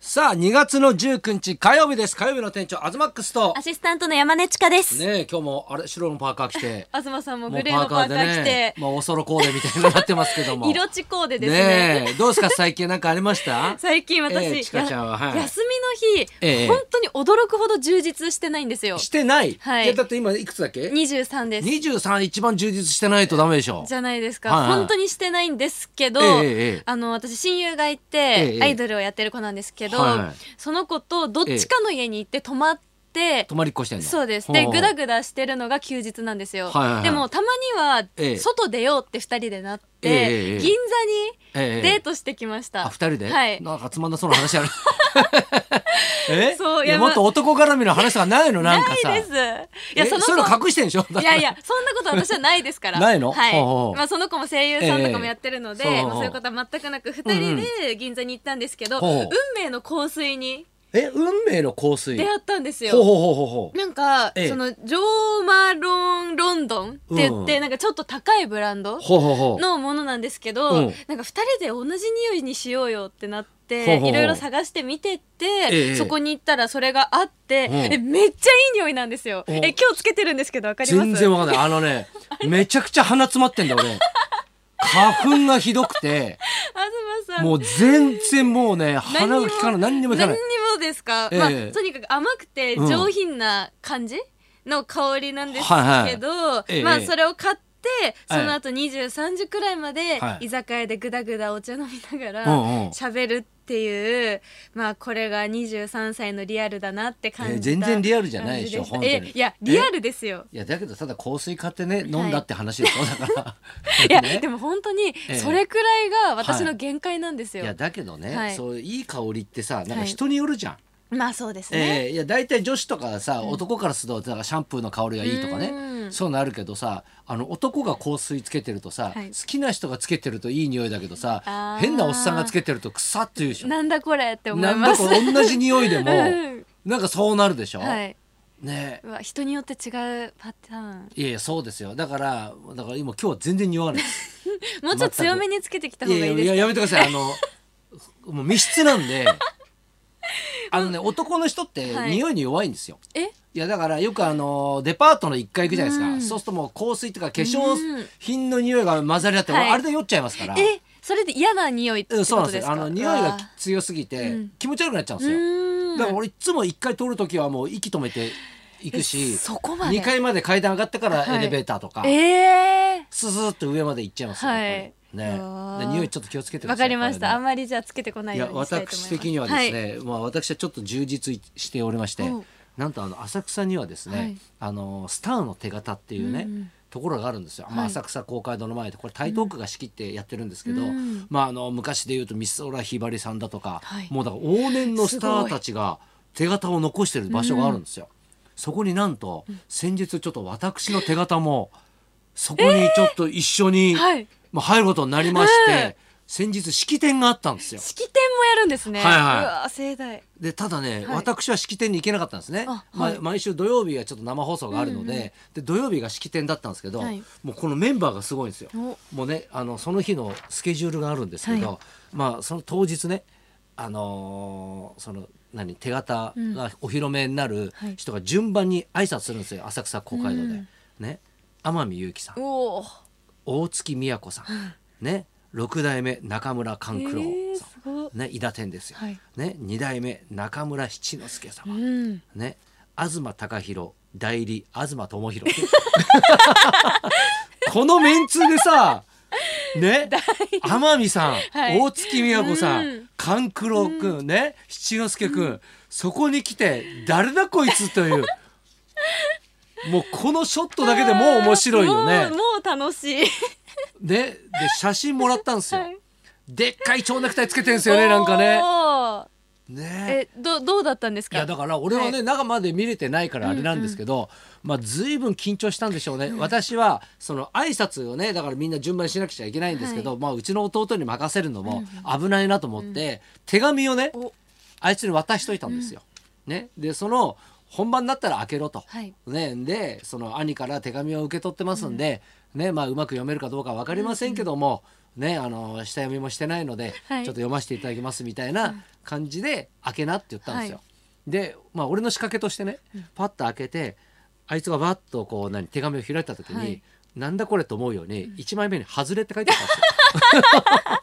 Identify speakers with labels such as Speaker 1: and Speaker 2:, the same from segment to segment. Speaker 1: さあ、2月の19日火曜日です。火曜日の店長、アズマックスと。
Speaker 2: アシスタントの山根千佳です。
Speaker 1: ねえ、今日も、あれ、白のパーカー着て。
Speaker 2: 東さんもグレーのパーカー着て、
Speaker 1: まあ、おそろコーデみたいになってますけども。
Speaker 2: 色地コーデですね。
Speaker 1: ねえ、どうですか、最近なんかありました
Speaker 2: 最近私、
Speaker 1: ええ千佳ちゃんははい
Speaker 2: や休みの日、
Speaker 1: ええ
Speaker 2: 本当に驚くほど充実してないんですよ。
Speaker 1: してない。
Speaker 2: はい
Speaker 1: やだって今、いくつだっけ
Speaker 2: 23です。
Speaker 1: ?23 一番充実してないとダメでしょ。
Speaker 2: じゃないですか、
Speaker 1: はいはい
Speaker 2: 本当にしてないんですけど、
Speaker 1: ええええ
Speaker 2: あの私親友がいて、
Speaker 1: ええ
Speaker 2: アイドルをやってる子なんですけど、
Speaker 1: はいはい
Speaker 2: その子とどっちかの家に行って泊まって、
Speaker 1: 泊まりっこしてんの
Speaker 2: そうですでグダ
Speaker 1: グ
Speaker 2: グダしてるのが休日なんです
Speaker 1: は
Speaker 2: よ、
Speaker 1: いはいはい
Speaker 2: でもたまに
Speaker 1: ええ
Speaker 2: は外出ようって二人でなって、
Speaker 1: ええええ
Speaker 2: 銀座
Speaker 1: ええ
Speaker 2: にデートしてきました、
Speaker 1: あ、二人で
Speaker 2: はい
Speaker 1: なんかつまんなそうな話あ る。え
Speaker 2: そう
Speaker 1: い
Speaker 2: い
Speaker 1: や
Speaker 2: や
Speaker 1: もっと男絡みの話がないのなんかさ。
Speaker 2: ないですい
Speaker 1: え
Speaker 2: やその
Speaker 1: そういう
Speaker 2: 子
Speaker 1: の隠してんでしょ
Speaker 2: いやいやそんなこと私はないですから
Speaker 1: ないの
Speaker 2: はい
Speaker 1: ほうほう
Speaker 2: まあ、その子も声優さんとかもやってるので、
Speaker 1: ええええ
Speaker 2: まあ、そういうことは全くなく二人で銀座に行ったんですけど、
Speaker 1: ほう
Speaker 2: 運命の香水に
Speaker 1: え運命の香水
Speaker 2: 出会ったんですよ
Speaker 1: ほうほうほうほうほう
Speaker 2: なんか、
Speaker 1: ええ
Speaker 2: そのジョーマロンロンドンって言って、
Speaker 1: うん
Speaker 2: なんかちょっと高いブランド
Speaker 1: ほうほうほう
Speaker 2: のものなんですけど、
Speaker 1: うん
Speaker 2: なんか2人で同じ匂いにしようよってなって。
Speaker 1: ほうほうほう
Speaker 2: いろいろ探して見てって、
Speaker 1: ええ
Speaker 2: そこに行ったらそれがあって、
Speaker 1: うん
Speaker 2: えめっちゃいい匂いなんですよ、
Speaker 1: うん
Speaker 2: え今日つけてるんですけどわかります
Speaker 1: 全然わかんないあのね めちゃくちゃ鼻詰まってんだ俺花粉がひどくて
Speaker 2: 東さん
Speaker 1: もう全然もうね鼻が効かない何にも効かない
Speaker 2: 何にもですか、
Speaker 1: ええ
Speaker 2: まあ、とにかく甘くて
Speaker 1: うん
Speaker 2: 上品な感じの香りなんです
Speaker 1: はいはい
Speaker 2: けど、
Speaker 1: ええ
Speaker 2: まあ、それを買ってその後23時くらいまで
Speaker 1: はい
Speaker 2: 居酒屋でぐだぐだお茶飲みながら
Speaker 1: うんうん
Speaker 2: 喋るっていう、まあ、これが23歳のリアルだなって感じ
Speaker 1: え
Speaker 2: た
Speaker 1: え全然リアルじゃないでしょ
Speaker 2: 感じした
Speaker 1: 本当に
Speaker 2: えいやリアルですよ
Speaker 1: いやだけどただ香水買ってね飲んだって話でしょ、だから
Speaker 2: いや、
Speaker 1: ね
Speaker 2: でも本当に
Speaker 1: え
Speaker 2: それくらいが私の限界なんです
Speaker 1: い
Speaker 2: よ、
Speaker 1: やだけどね、
Speaker 2: はい
Speaker 1: そういい香りってさなんか
Speaker 2: はい
Speaker 1: 人によるじゃん、
Speaker 2: まあそうですね、
Speaker 1: ええいや大体女子とかさ、男からするとなんかシャンプーの香りがいいとかね、
Speaker 2: うん
Speaker 1: そういうのあるけどさあの男が香水つけてるとさ、
Speaker 2: はい
Speaker 1: 好きな人がつけてるといい匂いだけどさ
Speaker 2: あー
Speaker 1: 変なおっさんがつけてると臭っていうでしょ
Speaker 2: なんだこれって思い
Speaker 1: なんだ
Speaker 2: ま
Speaker 1: か
Speaker 2: す
Speaker 1: 同じ匂いでも、
Speaker 2: うん
Speaker 1: なんかそうなるでしょ、
Speaker 2: はい
Speaker 1: ね
Speaker 2: うわ人によって違うパターン
Speaker 1: いやいやそうですよだからだから今今日は全然匂わない です
Speaker 2: もうちょっと強めにつけてきた方がいい
Speaker 1: や
Speaker 2: です
Speaker 1: や
Speaker 2: か
Speaker 1: やめてくださいあのもう密室なん であのね男の人って
Speaker 2: はい
Speaker 1: 匂いに弱いんですよ、
Speaker 2: え
Speaker 1: いやだからよくあのデパートの1階行くじゃないですか、
Speaker 2: うん
Speaker 1: そうするともう香水とか化
Speaker 2: う
Speaker 1: 粧
Speaker 2: ん
Speaker 1: 品の匂いが混ざり合って、
Speaker 2: はい
Speaker 1: あれで酔っちゃいますから
Speaker 2: えそれで嫌な匂いって
Speaker 1: う
Speaker 2: こ
Speaker 1: んそうな
Speaker 2: と
Speaker 1: んで
Speaker 2: ですす
Speaker 1: よ
Speaker 2: か
Speaker 1: あの匂いが
Speaker 2: うわ
Speaker 1: 強すぎて
Speaker 2: うん
Speaker 1: 気持ち悪くなっちゃうん
Speaker 2: う
Speaker 1: ですよ、
Speaker 2: ーん
Speaker 1: だから俺いつも1階通る時はもう息止めて行く
Speaker 2: え
Speaker 1: し
Speaker 2: そこまで
Speaker 1: 2階まで階段上がってから
Speaker 2: は
Speaker 1: エ
Speaker 2: い
Speaker 1: レベーターとか、
Speaker 2: え
Speaker 1: ススーッと上まで行っちゃいますよ、
Speaker 2: はい
Speaker 1: やっぱりね
Speaker 2: うわ
Speaker 1: で匂いちょっと気をつけて
Speaker 2: ー
Speaker 1: くだ
Speaker 2: わ
Speaker 1: さ
Speaker 2: か
Speaker 1: い
Speaker 2: りまし
Speaker 1: これ
Speaker 2: たあ
Speaker 1: ね
Speaker 2: まりじゃあつけてこない
Speaker 1: い
Speaker 2: よ
Speaker 1: や
Speaker 2: うにしたいと思います
Speaker 1: 私的にはですね、まあ私はちょっと充実しておりまして
Speaker 2: おう
Speaker 1: なんとあの浅草にはですね、
Speaker 2: はい
Speaker 1: あのスターの手形っていうね、
Speaker 2: うんうん
Speaker 1: ところがあるんですよ、ま
Speaker 2: は
Speaker 1: あ、
Speaker 2: い
Speaker 1: 浅草公会堂の前でこれ台東区が仕切ってやってるんですけど、
Speaker 2: うん
Speaker 1: まあ、あの昔で言うと美空ひばりさんだとか、
Speaker 2: はい
Speaker 1: もうだから往年のスターたちが手形を残してる場所があるんですよ。そこになんと先日ちょっと私の手形もそこにちょっと一緒に、
Speaker 2: はい
Speaker 1: まあ、入ることになりまして、
Speaker 2: はい
Speaker 1: 先日式典があったんですよ。
Speaker 2: 式典もやるんですね
Speaker 1: はいはいう
Speaker 2: わー盛大
Speaker 1: でただね、
Speaker 2: はい
Speaker 1: 私は式典に行けなかったんですね、
Speaker 2: あ
Speaker 1: まあ
Speaker 2: はい
Speaker 1: 毎週土曜日はちょっと生放送があるので,、で土曜日が式典だったんですけど、
Speaker 2: はい
Speaker 1: もうこのメンバーがすごいんですよ
Speaker 2: お
Speaker 1: もうねあのその日のスケジュールがあるんですけど、
Speaker 2: は
Speaker 1: まあその当日ねあのーその何手形がお披露目になる
Speaker 2: はい
Speaker 1: 人が順番に挨拶するんですよ浅草公会堂で、
Speaker 2: うん
Speaker 1: ね天海祐希さん
Speaker 2: おお
Speaker 1: 大月みや子さんね六代目中村勘九郎さん、
Speaker 2: えーすごい
Speaker 1: ね、伊達天ですよ、
Speaker 2: はい
Speaker 1: ね、二代目中村七之助様、
Speaker 2: うん
Speaker 1: ね、東貴弘代理東智 弘このメンツでさね天海さん、
Speaker 2: はい
Speaker 1: 大月美和子さ
Speaker 2: うんん
Speaker 1: 勘九郎くんね七之助くんそこに来て誰だこいつというもうこのショットだけでもう面白いよね
Speaker 2: もう。もう楽しい
Speaker 1: ねで写真もらったんですよ。
Speaker 2: はい
Speaker 1: でっかい蝶ネクタイつけてんすよねなんかね。
Speaker 2: おー
Speaker 1: ね
Speaker 2: えどどうだったんです
Speaker 1: い
Speaker 2: か
Speaker 1: やだから俺はね、
Speaker 2: は
Speaker 1: 中まで見れてないからあれなんですけど、まあ随分緊張したんでしょうね、私はその挨拶をねだからみんな順番にしなくちゃいけないんですけど、まあうちの弟に任せるのも危ないなと思って、手紙をね
Speaker 2: お
Speaker 1: あいつに渡しといたんですよ。ね、でその本番になったら開けろと、
Speaker 2: はい
Speaker 1: ね、でその兄から手紙を受け取ってますんで、ねまあ、うまく読めるかどうか分かりませんけども、ね、あの下読みもしてないので、
Speaker 2: は
Speaker 1: ちょ
Speaker 2: い
Speaker 1: っと読ませていただきますみたいな感じで「開けな」って言ったんですよ。で、まあ、俺の仕掛けとしてねパッと開けてあいつがバッとこう何手紙を開いた時に、
Speaker 2: はい
Speaker 1: なんだこれと思うように1枚目に「外れ」って書いてあったんですよ。、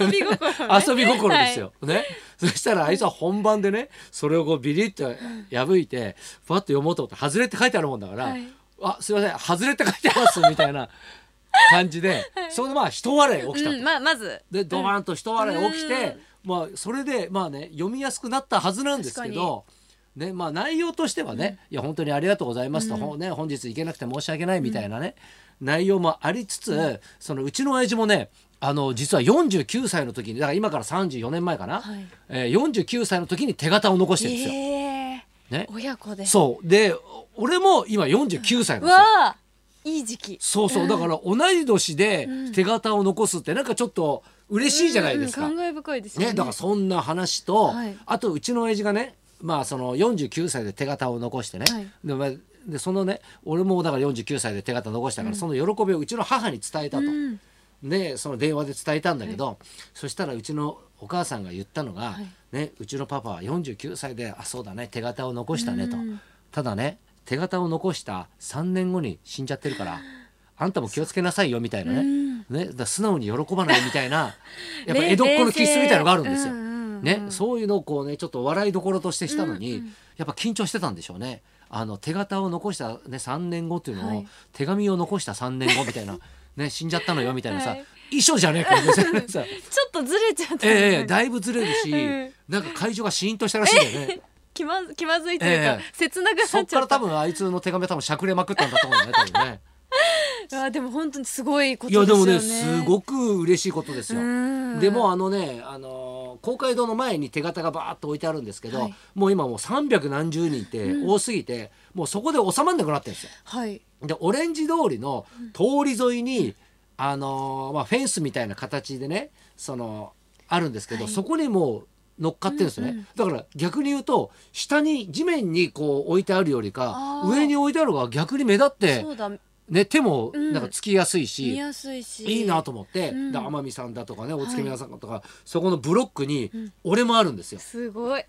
Speaker 2: 遊び心、ね
Speaker 1: 遊び心ですよ。ね。そしたらあいつは本番でね、それをこうビリッと破いて、ふわっと読もうと思って、外れって書いてあるもんだから、
Speaker 2: はい
Speaker 1: あ、すいません、外れって書いてます、みたいな感じで、そこでまあ、人笑い起
Speaker 2: は
Speaker 1: き
Speaker 2: い。
Speaker 1: たと。
Speaker 2: うん、まあまず
Speaker 1: で、ドバーンと人笑い起きて、まあ、それで、まあね、読みやすくなったはずなんですけど、ね、まあ内容としてはね、いや本当にありがとうございますと、ほんね、本日行けなくて申し訳ないみたいなね、内容もありつつ、そのうちの親父もねあの実は49歳の時にだから今から34年前かな、
Speaker 2: はい
Speaker 1: えー49歳の時に手形を残してるんですよ。
Speaker 2: えー、
Speaker 1: ね
Speaker 2: 親子で
Speaker 1: そうで俺も今49歳なんですよ。
Speaker 2: わあいい時期
Speaker 1: そうそうだから同い年で手形を残すってなんかちょっと嬉しいじゃないですか。
Speaker 2: うんうん、感慨深いですよね
Speaker 1: ね、だからそんな話と、
Speaker 2: はい
Speaker 1: あとうちの親父がね、まあ、その49歳で手形を残してね、
Speaker 2: はい
Speaker 1: でまあでそのね俺もだから49歳で手形残したから、その喜びをうちの母に伝えたと、
Speaker 2: ん
Speaker 1: でその電話で伝えたんだけど、そしたらうちのお母さんが言ったのが、
Speaker 2: い
Speaker 1: ね、うちのパパは49歳であそうだね手形を残したねと、
Speaker 2: うん
Speaker 1: ただね手形を残した3年後に死んじゃってる から。あんたも気をつけなさいよみたいなね,、
Speaker 2: うん
Speaker 1: ねだから素直に喜ばないみたい なやっぱ江戸っ子の気質みたいなのがあるんですよ。
Speaker 2: 冷静うんうんうん
Speaker 1: ね、そういうのをこうねちょっと笑いどころとしてしたのに、やっぱ緊張してたんでしょうねあの手形を残した、ね、3年後っていうのを、
Speaker 2: はい
Speaker 1: 手紙を残した3年後みたい な、ね、死んじゃったのよみたいなさ、
Speaker 2: はい
Speaker 1: 遺書じゃねえかみた いなさ
Speaker 2: ちょっとずれちゃった、
Speaker 1: ええだいぶずれるし、
Speaker 2: うん
Speaker 1: なんか会場がシーンとしたらしいんだよね。
Speaker 2: 気まず気まずいというか、
Speaker 1: ええ
Speaker 2: 切なくなっち
Speaker 1: そ
Speaker 2: ゃ
Speaker 1: っ
Speaker 2: っ
Speaker 1: から
Speaker 2: た
Speaker 1: 多分あいつの手紙は多分しゃくれまくったんだと思うんだよ ね多分ね。
Speaker 2: あでも本当にすごいこ
Speaker 1: いや
Speaker 2: とで
Speaker 1: です
Speaker 2: よ
Speaker 1: も
Speaker 2: ね
Speaker 1: ねすごく嬉しいことですよ。
Speaker 2: うん
Speaker 1: でもうあのねあのー公会堂の前に手形がバーッと置いてあるんですけど、
Speaker 2: はい
Speaker 1: もう今もう300何十人って多すぎて、もうそこで収まんなくなってるんですよ。
Speaker 2: はい
Speaker 1: でオレンジ通りの通り沿いに、あのーまあ、フェンスみたいな形でねそのあるんですけど、
Speaker 2: はい
Speaker 1: そこにもう乗っかってるんですよね、
Speaker 2: うんう
Speaker 1: だから逆に言うと下に地面にこう置いてあるよりか
Speaker 2: あー
Speaker 1: 上に置いてある方が逆に目立って
Speaker 2: そ、うだ
Speaker 1: ね、手も
Speaker 2: うん
Speaker 1: なんかつきやすい
Speaker 2: 見
Speaker 1: し、
Speaker 2: やすいし
Speaker 1: いいなと思って、
Speaker 2: うん
Speaker 1: だ天海さんだとかね大月美奈さんとか、そこのブロックに
Speaker 2: ん
Speaker 1: 俺もあるんですよ。
Speaker 2: すごい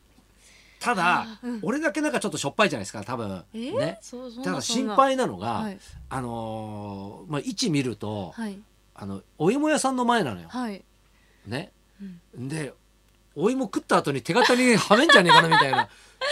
Speaker 1: ただ、
Speaker 2: うん
Speaker 1: 俺だけなんかちょっとしょっぱいじゃないですか多分、
Speaker 2: えー
Speaker 1: ね。
Speaker 2: そうそんな
Speaker 1: ただ
Speaker 2: そん
Speaker 1: 心
Speaker 2: な
Speaker 1: 配なのが、
Speaker 2: はい
Speaker 1: あのーまあ、位置見ると、
Speaker 2: はい
Speaker 1: あのお芋屋さんの前なのよ。
Speaker 2: はい
Speaker 1: ね、でお芋食った後に手形にはめんじゃねえかなみたい な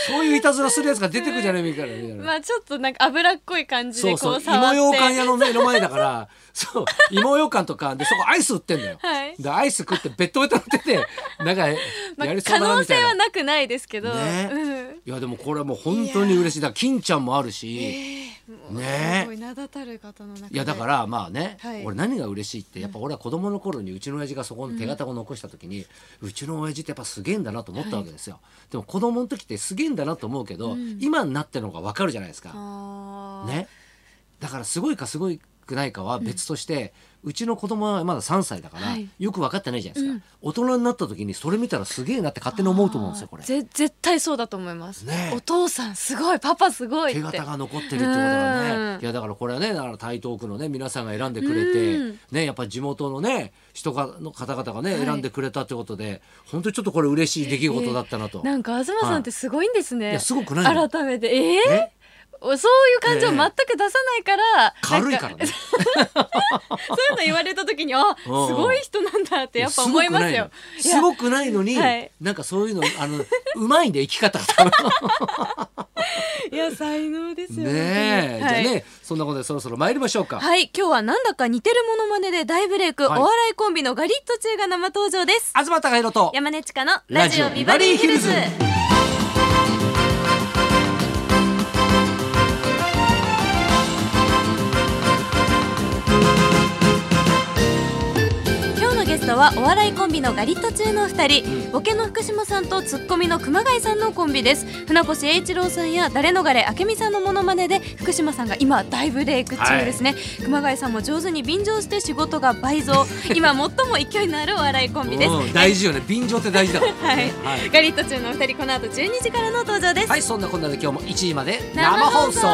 Speaker 1: そういういたずらするやつが出てくじゃねえみたいなみたいな。
Speaker 2: まあちょっとなんか脂っこい感じで
Speaker 1: そ
Speaker 2: こ
Speaker 1: う
Speaker 2: う触
Speaker 1: そう芋よ
Speaker 2: って
Speaker 1: うかん屋の目の前だからそう芋ようかんとかでそこアイス売ってんだよ。
Speaker 2: はい
Speaker 1: でアイス食ってベッドベタになって てなんか
Speaker 2: まあ
Speaker 1: やりそう
Speaker 2: 可
Speaker 1: だな
Speaker 2: 能
Speaker 1: みた
Speaker 2: 性
Speaker 1: いな。
Speaker 2: はなくないですけど、
Speaker 1: ね
Speaker 2: うん
Speaker 1: いやでもこれはもう本当に嬉しいだから金ちゃんもあるし、
Speaker 2: ええもう
Speaker 1: ねえ
Speaker 2: すごい名だたる方の中で
Speaker 1: いやだからまあね、
Speaker 2: はい
Speaker 1: 俺何が嬉しいってやっぱ俺は子供の頃にうちの親父がそこの手形を残した時に、うちの親父ってやっぱすげえんだなと思ったわけですよ、でも子供の時ってすげえんだなと思うけど、
Speaker 2: うん
Speaker 1: 今になってるのが分かるじゃないですか、
Speaker 2: あー
Speaker 1: ねだからすごいかすごくないかは別として、うちの子供はまだ3歳だから、
Speaker 2: はい
Speaker 1: よく分かってないじゃないですか、大人になった時にそれ見たらすげえなって勝手に思うと思うんですよこれ
Speaker 2: あーぜ絶対そうだと思います、
Speaker 1: ねえ
Speaker 2: お父さんすごいパパすごいって
Speaker 1: 手形が残ってるってことが
Speaker 2: う
Speaker 1: ね
Speaker 2: ん
Speaker 1: いやだからこれはねだから台東区のね皆さんが選んでくれて、
Speaker 2: うん
Speaker 1: ねやっぱ地元のね人がの方々がね、
Speaker 2: はい
Speaker 1: 選んでくれたってことで本当にちょっとこれ嬉しい出来事だったなと、
Speaker 2: なんか東さんってすごいんですね、
Speaker 1: いやすごくないの
Speaker 2: 改めてええ
Speaker 1: ね
Speaker 2: おそういう感情
Speaker 1: ええ
Speaker 2: 全く出さないから、
Speaker 1: 軽いから
Speaker 2: なん
Speaker 1: ね
Speaker 2: そういうの言われた時にあす
Speaker 1: うん
Speaker 2: ごい人なんだってやっぱ思いますよ
Speaker 1: す
Speaker 2: い
Speaker 1: ごくないのに、
Speaker 2: はい
Speaker 1: なんかそういうのあのうまいんで生き方が
Speaker 2: やいや才能ですよ
Speaker 1: ねえ、
Speaker 2: 本当に
Speaker 1: じゃあ
Speaker 2: はい
Speaker 1: ねそんなことでそろそろ参りましょうか、
Speaker 2: はい今日はなんだか似てるモノマネで大ブレイク、
Speaker 1: はい
Speaker 2: お笑いコンビのガリットチュウが生登場です
Speaker 1: 東隆弘と
Speaker 2: 山根ちかの
Speaker 1: ラ
Speaker 2: ラ
Speaker 1: ジ
Speaker 2: ジ
Speaker 1: オ
Speaker 2: オ
Speaker 1: ビ
Speaker 2: ビ
Speaker 1: バ
Speaker 2: バ
Speaker 1: リ
Speaker 2: リ
Speaker 1: ー
Speaker 2: ー
Speaker 1: ヒ
Speaker 2: ヒ
Speaker 1: ル
Speaker 2: ル
Speaker 1: ズ
Speaker 2: ズ今日のゲストはお笑いコンビのガリット中のお二人、ボケの福島さんとツッコミの熊谷さんのコンビです船越英一郎さんや誰のがれ明美さんのモノマネで福島さんが今大ブレイク中ですね、熊谷さんも上手に便乗して仕事が倍増今最も勢いのあるお笑いコンビです、
Speaker 1: うん大事よね便乗って大事だから、
Speaker 2: はい、
Speaker 1: はい
Speaker 2: ガリット中のお二人この後12時からの登場です、
Speaker 1: はい、そんなこんなで今日も1時まで
Speaker 2: 生放送